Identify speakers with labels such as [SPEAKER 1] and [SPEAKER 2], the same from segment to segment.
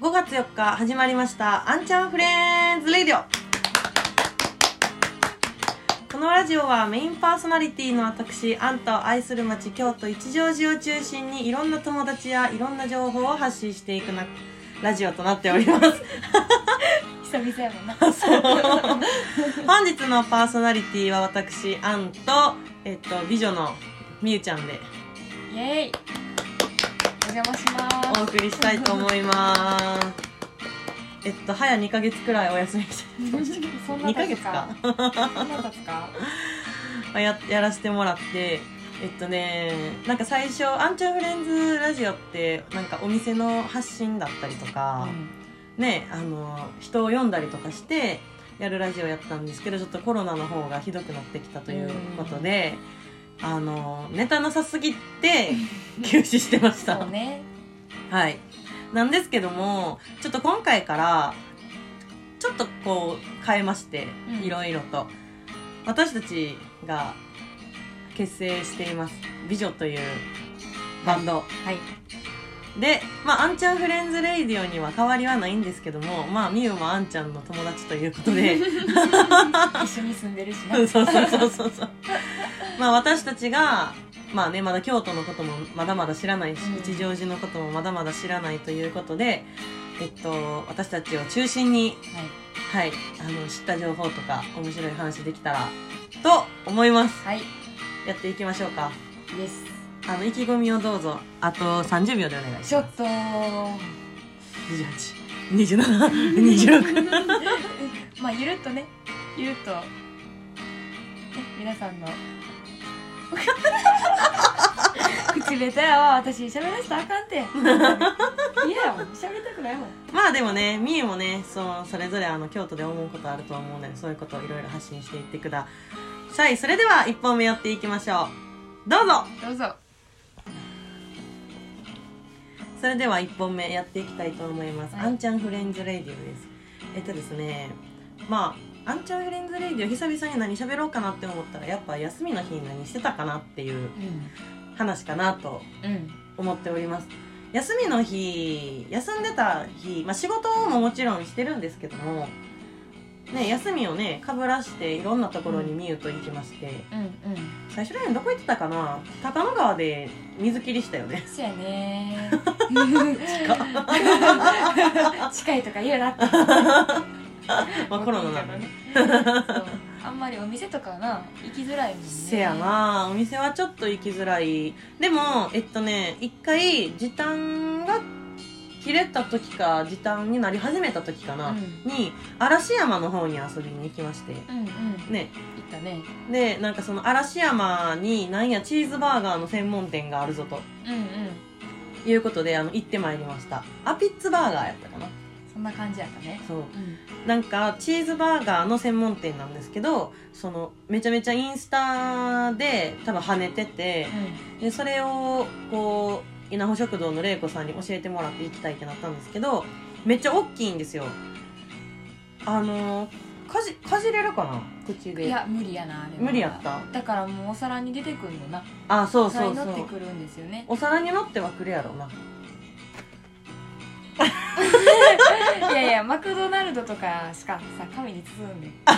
[SPEAKER 1] 5月4日始まりました「あんちゃんフレンズレディオ」このラジオはメインパーソナリティの私あんたを愛する町京都一条寺を中心にいろんな友達やいろんな情報を発信していくなラジオとなっております
[SPEAKER 2] 久々やもんな
[SPEAKER 1] 本日のパーソナリティは私あんと、えっと、美女のみゆちゃんで
[SPEAKER 2] イエーイお邪魔しま
[SPEAKER 1] お送りしたいと思い ますえっと早2ヶ月くらいお休みして
[SPEAKER 2] すそんな
[SPEAKER 1] 2ヶ
[SPEAKER 2] 経
[SPEAKER 1] 月
[SPEAKER 2] つ
[SPEAKER 1] か
[SPEAKER 2] かそんな経つか
[SPEAKER 1] ややらせてもらってえっとねなんか最初「アンチャンフレンズラジオ」ってなんかお店の発信だったりとか、ねあの人を読んだりとかしてやるラジオやったんですけどちょっとコロナの方がひどくなってきたということで、あのネタなさすぎて休止してました
[SPEAKER 2] そうね
[SPEAKER 1] はい。なんですけども、ちょっと今回から、ちょっとこう変えまして
[SPEAKER 2] う、ん
[SPEAKER 1] いろいろと。私たちが結成しています、美女というバンド。
[SPEAKER 2] はい
[SPEAKER 1] で、まあ、アンちゃんフレンズレイディオには変わりはないんですけども、まあ、みゆもあんちゃんの友達ということで、
[SPEAKER 2] 一緒に住んでるしな
[SPEAKER 1] そうそうそうそうそう。まあ私たちが、まあね、まだ京都のこともまだまだ知らないし、
[SPEAKER 2] うん
[SPEAKER 1] 一条寺のこともまだまだ知らないということで、えっと、私たちを中心に、はい、あの、知った情報とか、面白い話できたら、と思います。
[SPEAKER 2] はいはい
[SPEAKER 1] やっていきましょうか。
[SPEAKER 2] イエス
[SPEAKER 1] あの、意気込みをどうぞ。あと30秒でお願いします。
[SPEAKER 2] ちょっと
[SPEAKER 1] 28、27、26。
[SPEAKER 2] まあゆるっとねゆるっとね皆さんの 口下手やわ私喋らせたらあか んて嫌やもん喋りたくないもん
[SPEAKER 1] まあでもね、みゆもね、そう、それぞれあの、京都で思うことあると思うので、そういうことをいろいろ発信していってください。それでは、一本目やっていきましょう。どうぞ
[SPEAKER 2] どうぞ
[SPEAKER 1] それでは、一本目やっていきたいと思います。
[SPEAKER 2] はい
[SPEAKER 1] あんちゃんフレンズレイディオです。えっとですね、まあ、あんちゃんフレンズレイディオ久々に何喋ろうかなって思ったら、やっぱ休みの日に何してたかなっていう
[SPEAKER 2] う
[SPEAKER 1] 話かなと
[SPEAKER 2] んうん
[SPEAKER 1] 思っております休みの日休んでた日、まあ、仕事ももちろんしてるんですけども、ね、休みをねかぶらしていろんなところにみゆと行きまして、
[SPEAKER 2] うんうん
[SPEAKER 1] 最初らへんどこ行ってたかな高野川で水切りしたよね
[SPEAKER 2] そうやね 近いとか言うなって
[SPEAKER 1] まあコロナなんでね
[SPEAKER 2] そうあんまりお店とかな行きづらいもんね
[SPEAKER 1] せやなお店はちょっと行きづらいでもえっとね一回時短が切れた時か時短になり始めた時か
[SPEAKER 2] う
[SPEAKER 1] な、
[SPEAKER 2] ん
[SPEAKER 1] に嵐山の方に遊びに行きまして
[SPEAKER 2] うんうん行
[SPEAKER 1] ね
[SPEAKER 2] ったね
[SPEAKER 1] でなんかその嵐山になんやチーズバーガーの専門店があるぞと
[SPEAKER 2] うんうん
[SPEAKER 1] いうことであの行ってまいりましたアピッツバーガーやったかな
[SPEAKER 2] そんな感じやったね
[SPEAKER 1] そう
[SPEAKER 2] うん
[SPEAKER 1] なんかチーズバーガーの専門店なんですけどそのめちゃめちゃインスタで多分跳ねててでそれをこう稲穂食堂の玲子さんに教えてもらって行きたいってなったんですけどめっちゃ大きいんですよあのかじかじれるかな口
[SPEAKER 2] うん
[SPEAKER 1] で
[SPEAKER 2] いや無理やなあれは
[SPEAKER 1] 無理やった
[SPEAKER 2] だからもうお皿に出てくるのな
[SPEAKER 1] あそ
[SPEAKER 2] お
[SPEAKER 1] うそ
[SPEAKER 2] 皿
[SPEAKER 1] う
[SPEAKER 2] に
[SPEAKER 1] そ
[SPEAKER 2] 乗っ
[SPEAKER 1] う
[SPEAKER 2] てくるんですよね
[SPEAKER 1] お皿に乗ってはくるやろうな
[SPEAKER 2] いやいやマクドナルドとかしかさ紙に包んで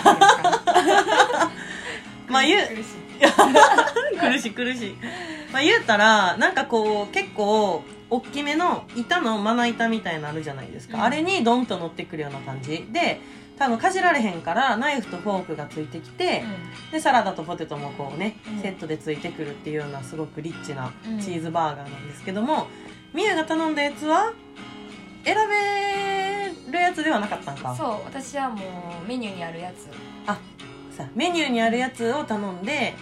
[SPEAKER 1] まあ言う
[SPEAKER 2] 苦しい
[SPEAKER 1] 苦しい苦しいまあ言うたらなんかこう結構大きめの板のまな板みたいなのあるじゃないですか、
[SPEAKER 2] うん
[SPEAKER 1] あれにドンと乗ってくるような感じで多分かじられへんからナイフとフォークがついてきて、でサラダとポテトもこうね、
[SPEAKER 2] うん
[SPEAKER 1] セットでついてくるっていうようなすごくリッチな
[SPEAKER 2] うん
[SPEAKER 1] チーズバーガーなんですけどもみゆが頼んだやつは選べるやつではなかったんか
[SPEAKER 2] そう私はもうメニューにあるやつ
[SPEAKER 1] さメニューにあるやつを頼んで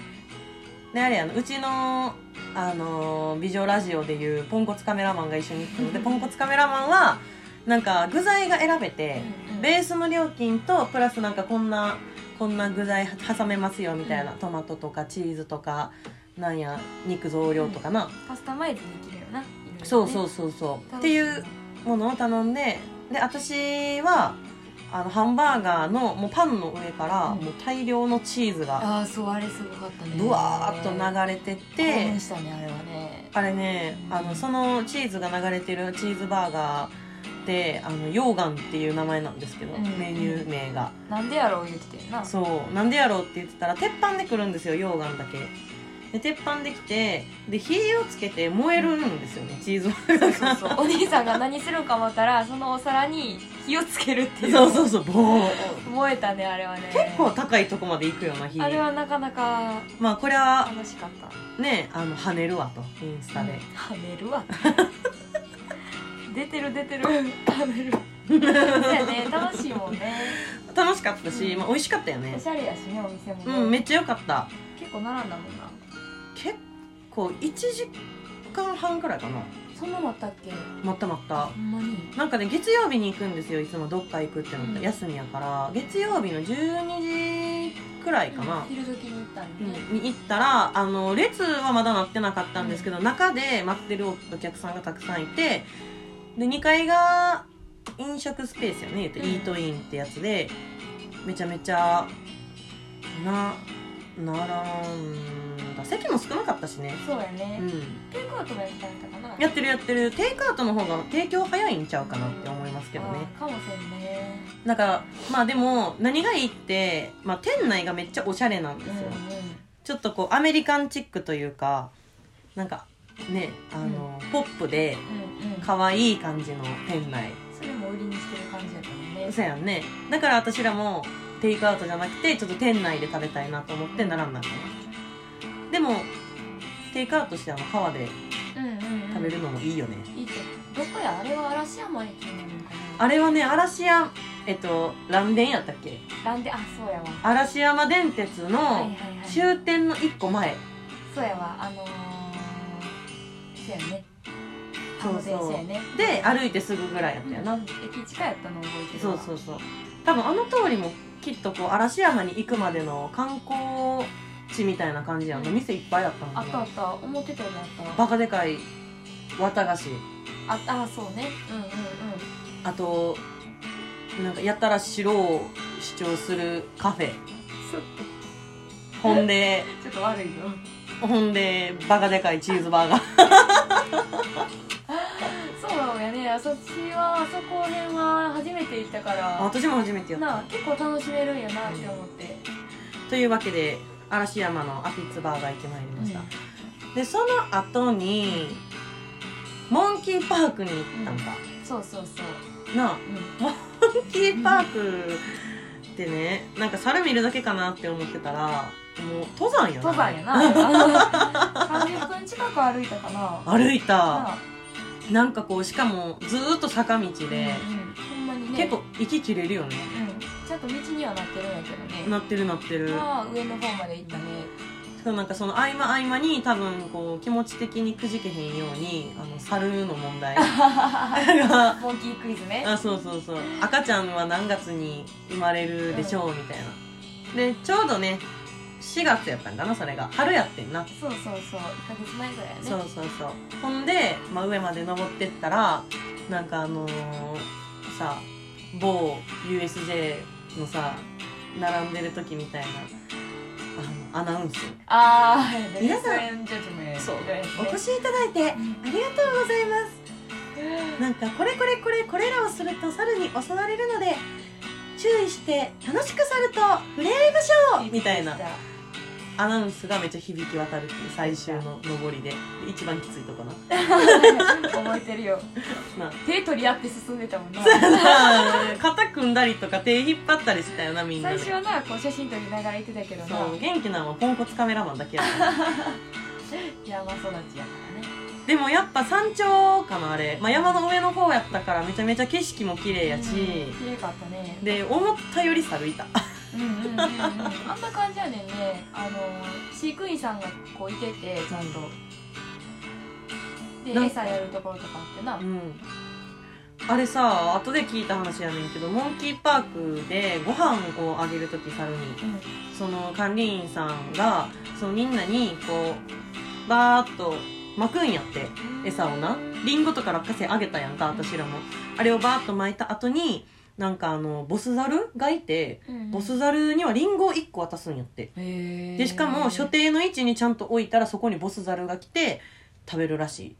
[SPEAKER 1] であれやのうちの、あのー美女ラジオでいうポンコツカメラマンが一緒に行ったのでポンコツカメラマンはなんか具材が選べて、ベースの料金とプラスなんかこんなこんな具材挟めますよみたいな、
[SPEAKER 2] うん
[SPEAKER 1] トマトとかチーズとかなんや肉増量とかな、
[SPEAKER 2] カスタマイズできるよないろいろね
[SPEAKER 1] そうそうそうそう、っていうものを頼んでで私はあのハンバーガーのもうパンの上から
[SPEAKER 2] うん
[SPEAKER 1] もう大量のチーズが
[SPEAKER 2] ああそうあれすごかったね
[SPEAKER 1] ブワーっと流れてって、
[SPEAKER 2] 興奮したねあれはね
[SPEAKER 1] あれねあのそのチーズが流れてるチーズバーガーってあの溶岩っていう名前なんですけど、
[SPEAKER 2] うん
[SPEAKER 1] メニュー名が
[SPEAKER 2] なんでやろう言ってたよな
[SPEAKER 1] そうなんでやろうって言ってたら鉄板で来るんですよ溶岩だけで鉄板で来てで火をつけて燃えるんですよねチーズバーガーが
[SPEAKER 2] そう お兄さんが何するんか思ったらそのお皿に火をつけるっていう
[SPEAKER 1] そうそうそうボー
[SPEAKER 2] 燃えたねあれはね
[SPEAKER 1] 結構高いとこまで行くような火
[SPEAKER 2] あれはなかなか
[SPEAKER 1] まあこれは
[SPEAKER 2] 楽しかった
[SPEAKER 1] ねあの跳ねるわとインスタで
[SPEAKER 2] 跳ね るわ出てる出てる跳ねるそうやね楽しいもんね
[SPEAKER 1] 楽しかったし、まあ、美味しかったよ
[SPEAKER 2] お
[SPEAKER 1] ね
[SPEAKER 2] しゃれやしねお店もね、
[SPEAKER 1] うんめっちゃ良かった
[SPEAKER 2] 結構並んだもんな
[SPEAKER 1] 結構1時間半くらいかな
[SPEAKER 2] そんなのあったっけ
[SPEAKER 1] 待った待った
[SPEAKER 2] ほんまに
[SPEAKER 1] なんかね月曜日に行くんですよいつもどっか行くってなったら、
[SPEAKER 2] うん
[SPEAKER 1] 休みやから月曜日の12時くらいかな、
[SPEAKER 2] 昼時に行ったん
[SPEAKER 1] う
[SPEAKER 2] で、ね
[SPEAKER 1] んに行ったらあの列はまだなってなかったんですけど、中で待ってるお客さんがたくさんいてで2階が飲食スペースよね言うと、
[SPEAKER 2] うん
[SPEAKER 1] イートインってやつでめちゃめちゃな並んだ席も少なかったしね
[SPEAKER 2] そうやね、
[SPEAKER 1] うん
[SPEAKER 2] テイクアウトもやってたんやったかな
[SPEAKER 1] やってるやってるテイクアウトの方が提供早いんちゃうかなって思いますけどね
[SPEAKER 2] あーかもしれんね
[SPEAKER 1] なんかまあでも何がいいって、まあ、店内がめっちゃおしゃれなんですよ、
[SPEAKER 2] う
[SPEAKER 1] ちょっとこうアメリカンチックというかなんかねあの、ポップで
[SPEAKER 2] んうんうんうん
[SPEAKER 1] 可愛い感じの店内
[SPEAKER 2] それも売りにしてる感じやったもんね
[SPEAKER 1] そうやんねだから私らもテイクアウトじゃなくてちょっと店内で食べたいなと思って並んだのねでもテイクアウトしてあの皮で
[SPEAKER 2] うんうんうん
[SPEAKER 1] 食べるのもいいよね、
[SPEAKER 2] いいってどこやあれは嵐山駅になるのかな
[SPEAKER 1] あれはね嵐山えっとランデンやったっけ
[SPEAKER 2] ランデあそうやわ
[SPEAKER 1] 嵐山電鉄
[SPEAKER 2] はいは
[SPEAKER 1] の
[SPEAKER 2] いはいそう
[SPEAKER 1] 終点の1個前
[SPEAKER 2] やわあのーそうやねあ
[SPEAKER 1] そう
[SPEAKER 2] の
[SPEAKER 1] そう
[SPEAKER 2] 電車やね
[SPEAKER 1] で歩いてすぐぐらいやったよな、
[SPEAKER 2] うん駅近やったの覚えてる
[SPEAKER 1] そう
[SPEAKER 2] わ
[SPEAKER 1] そうそう多分あの通りもきっとこう嵐山に行くまでの観光地みたいな感じやん、
[SPEAKER 2] うん
[SPEAKER 1] 店いっぱいだったの
[SPEAKER 2] あ
[SPEAKER 1] か
[SPEAKER 2] ったあ
[SPEAKER 1] な
[SPEAKER 2] った思ってたよりあった
[SPEAKER 1] バカでかい綿菓子
[SPEAKER 2] ああそうねうんうんうん
[SPEAKER 1] あとなんかやたら白を主張するカフェ
[SPEAKER 2] ちょっ
[SPEAKER 1] ほんで
[SPEAKER 2] とちょっと悪いよ
[SPEAKER 1] ほんでバカでかいチーズ バーガー
[SPEAKER 2] そうやね私はあそこら辺は初めて行ったから
[SPEAKER 1] 私も初めてやっ
[SPEAKER 2] なあ
[SPEAKER 1] た
[SPEAKER 2] 結構楽しめるんやなって思って
[SPEAKER 1] というわけで嵐山のアピッツバーガー行ってまいりました、でその後にモンキーパークに行ったんだ、
[SPEAKER 2] そうそうそう
[SPEAKER 1] なあ
[SPEAKER 2] うん
[SPEAKER 1] モンキーパークってねなんか猿見るだけかなって思ってたらもう登山やな
[SPEAKER 2] 登山やな30分近く歩いたかな
[SPEAKER 1] 歩いた
[SPEAKER 2] なあ
[SPEAKER 1] なんかこうしかもずーっと坂道で、
[SPEAKER 2] うんうんほんまにね
[SPEAKER 1] 結構息切れるよね
[SPEAKER 2] うんちゃんと道にはなってるんやけどね
[SPEAKER 1] なってるなってる
[SPEAKER 2] まあ上の方まで行 ったね
[SPEAKER 1] しかもなんかその合間合間に多分こう気持ち的にくじけへんようにあの猿の問題が
[SPEAKER 2] モンキークイズね
[SPEAKER 1] あそうそうそう赤ちゃんは何月に生まれるでしょうみたいなでちょうどね4月やったんかなそれが春やってんな
[SPEAKER 2] そうそうそう1ヶ月前ぐらいやね
[SPEAKER 1] そうそうそうほんで、まあ、上まで登ってったらなんかあのーさ某 USJ のさ並んでる時みたいなあのアナウンス
[SPEAKER 2] ああ
[SPEAKER 1] 皆さん
[SPEAKER 2] んジャッジメント
[SPEAKER 1] そう
[SPEAKER 2] やね
[SPEAKER 1] お越しいただいてありがとうございますなんかこれこれこれこれらをすると猿に襲われるので注意して楽しく猿と触れ合いましょうみたいなアナウンスがめっちゃ響き渡るっていう最終の上りで一番きついとこな
[SPEAKER 2] 覚えてるよ
[SPEAKER 1] なあ
[SPEAKER 2] 手取り合って進んでたもんな
[SPEAKER 1] 肩組んだりとか手引っ張ったりしたよなみんな
[SPEAKER 2] 最
[SPEAKER 1] で
[SPEAKER 2] 初はなこう写真撮りながら行ってたけどな
[SPEAKER 1] そう元気なのはポンコツカメラマンだけやった
[SPEAKER 2] 山育ちやからね
[SPEAKER 1] でもやっぱ山頂かなあれ、まあ、山の上の方やったからめちゃめちゃ景色も綺麗やし、
[SPEAKER 2] うん綺麗か ったね
[SPEAKER 1] で思ったより猿いた
[SPEAKER 2] うんうんうんうんあんな感じやねんねあの飼育員さんがこういててちゃんと
[SPEAKER 1] なん
[SPEAKER 2] で
[SPEAKER 1] か
[SPEAKER 2] 餌やるところとかあってな
[SPEAKER 1] うんあれさ後で聞いた話やねんけどモンキーパークでご飯をあげる時猿に
[SPEAKER 2] う
[SPEAKER 1] その管理員さんがそのみんなにこうバーッと巻くんやって
[SPEAKER 2] ん
[SPEAKER 1] 餌をなリンゴとか落花生あげたやんか私らもあれをバーッと巻いた後になんかあのボスザルがいて
[SPEAKER 2] うん
[SPEAKER 1] ボスザルにはリンゴを1個渡すんやって
[SPEAKER 2] へー
[SPEAKER 1] でしかも所定の位置にちゃんと置いたらそこにボスザルが来て食べるらし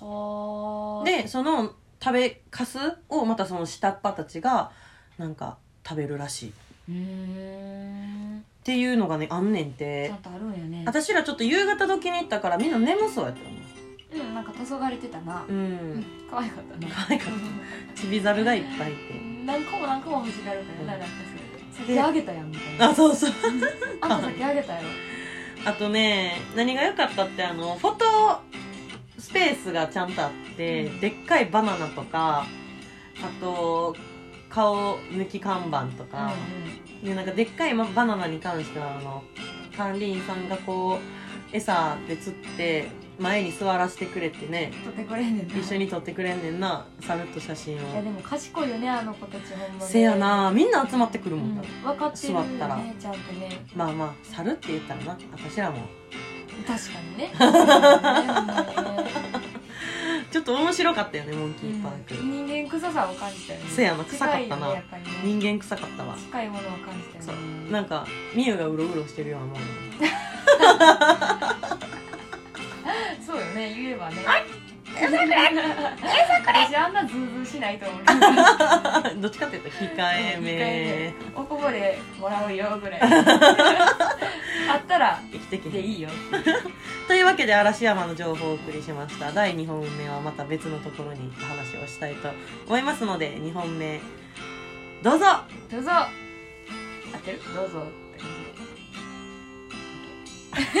[SPEAKER 2] はいー
[SPEAKER 1] でその食べかすをまたその下っ端たちがなんか食べるらしいっ
[SPEAKER 2] うーん
[SPEAKER 1] ていうのがねあんねんて
[SPEAKER 2] ちゃんとあるんやね
[SPEAKER 1] 私らちょっと夕方時に行ったからみんな眠そうやったよね
[SPEAKER 2] うんなんか黄昏れてたな
[SPEAKER 1] う
[SPEAKER 2] うん
[SPEAKER 1] ん
[SPEAKER 2] 可愛かったな
[SPEAKER 1] 可愛かっちびざるがいっぱいいて
[SPEAKER 2] 何個も何個も欲しがるから
[SPEAKER 1] うん
[SPEAKER 2] ななんかそれ
[SPEAKER 1] で
[SPEAKER 2] 酒あげたやんみたいな
[SPEAKER 1] あそうそう
[SPEAKER 2] あんた酒あげたやろ
[SPEAKER 1] あとね何が良かったってあのフォトスペースがちゃんとあって、
[SPEAKER 2] うん
[SPEAKER 1] でっかいバナナとかあと顔抜き看板とか、でなんかでっかいまバナナに関してはあの管理員さんがこう餌で釣って前に座らせてくれてね
[SPEAKER 2] 取ってこれへんねんな
[SPEAKER 1] 一緒に撮ってくれんねんなさるっと写真
[SPEAKER 2] いや
[SPEAKER 1] を
[SPEAKER 2] でも賢いよねあの子たちほんまね
[SPEAKER 1] せやなみんな集まってくる
[SPEAKER 2] う
[SPEAKER 1] もん
[SPEAKER 2] ん
[SPEAKER 1] な、
[SPEAKER 2] 分かってるよ
[SPEAKER 1] 座ったら
[SPEAKER 2] ねちゃんとね
[SPEAKER 1] まあまあ猿って言ったらな私らも
[SPEAKER 2] 確か にねそうだね
[SPEAKER 1] ちょっと面白かったよねモンキーパーク、
[SPEAKER 2] うん人間臭さを感じたよね
[SPEAKER 1] せやな臭かったな
[SPEAKER 2] 近いねやぱりね
[SPEAKER 1] 人間臭かったわ
[SPEAKER 2] 近いものを感じたよね
[SPEAKER 1] なんかみゆがうろうろしてるようなもん
[SPEAKER 2] そうよね言えばね 私あんなズーズーしないと思う控
[SPEAKER 1] やどっちかっていうと控えめ
[SPEAKER 2] おこぼれもらうよ ぐらいあったら
[SPEAKER 1] 生きてき
[SPEAKER 2] で
[SPEAKER 1] て
[SPEAKER 2] いいよ
[SPEAKER 1] というわけで嵐山の情報をお送りしました第2本目はまた別のところに行った話をしたいと思いますので2本目どうぞ
[SPEAKER 2] どうぞ当てるどうぞって感じで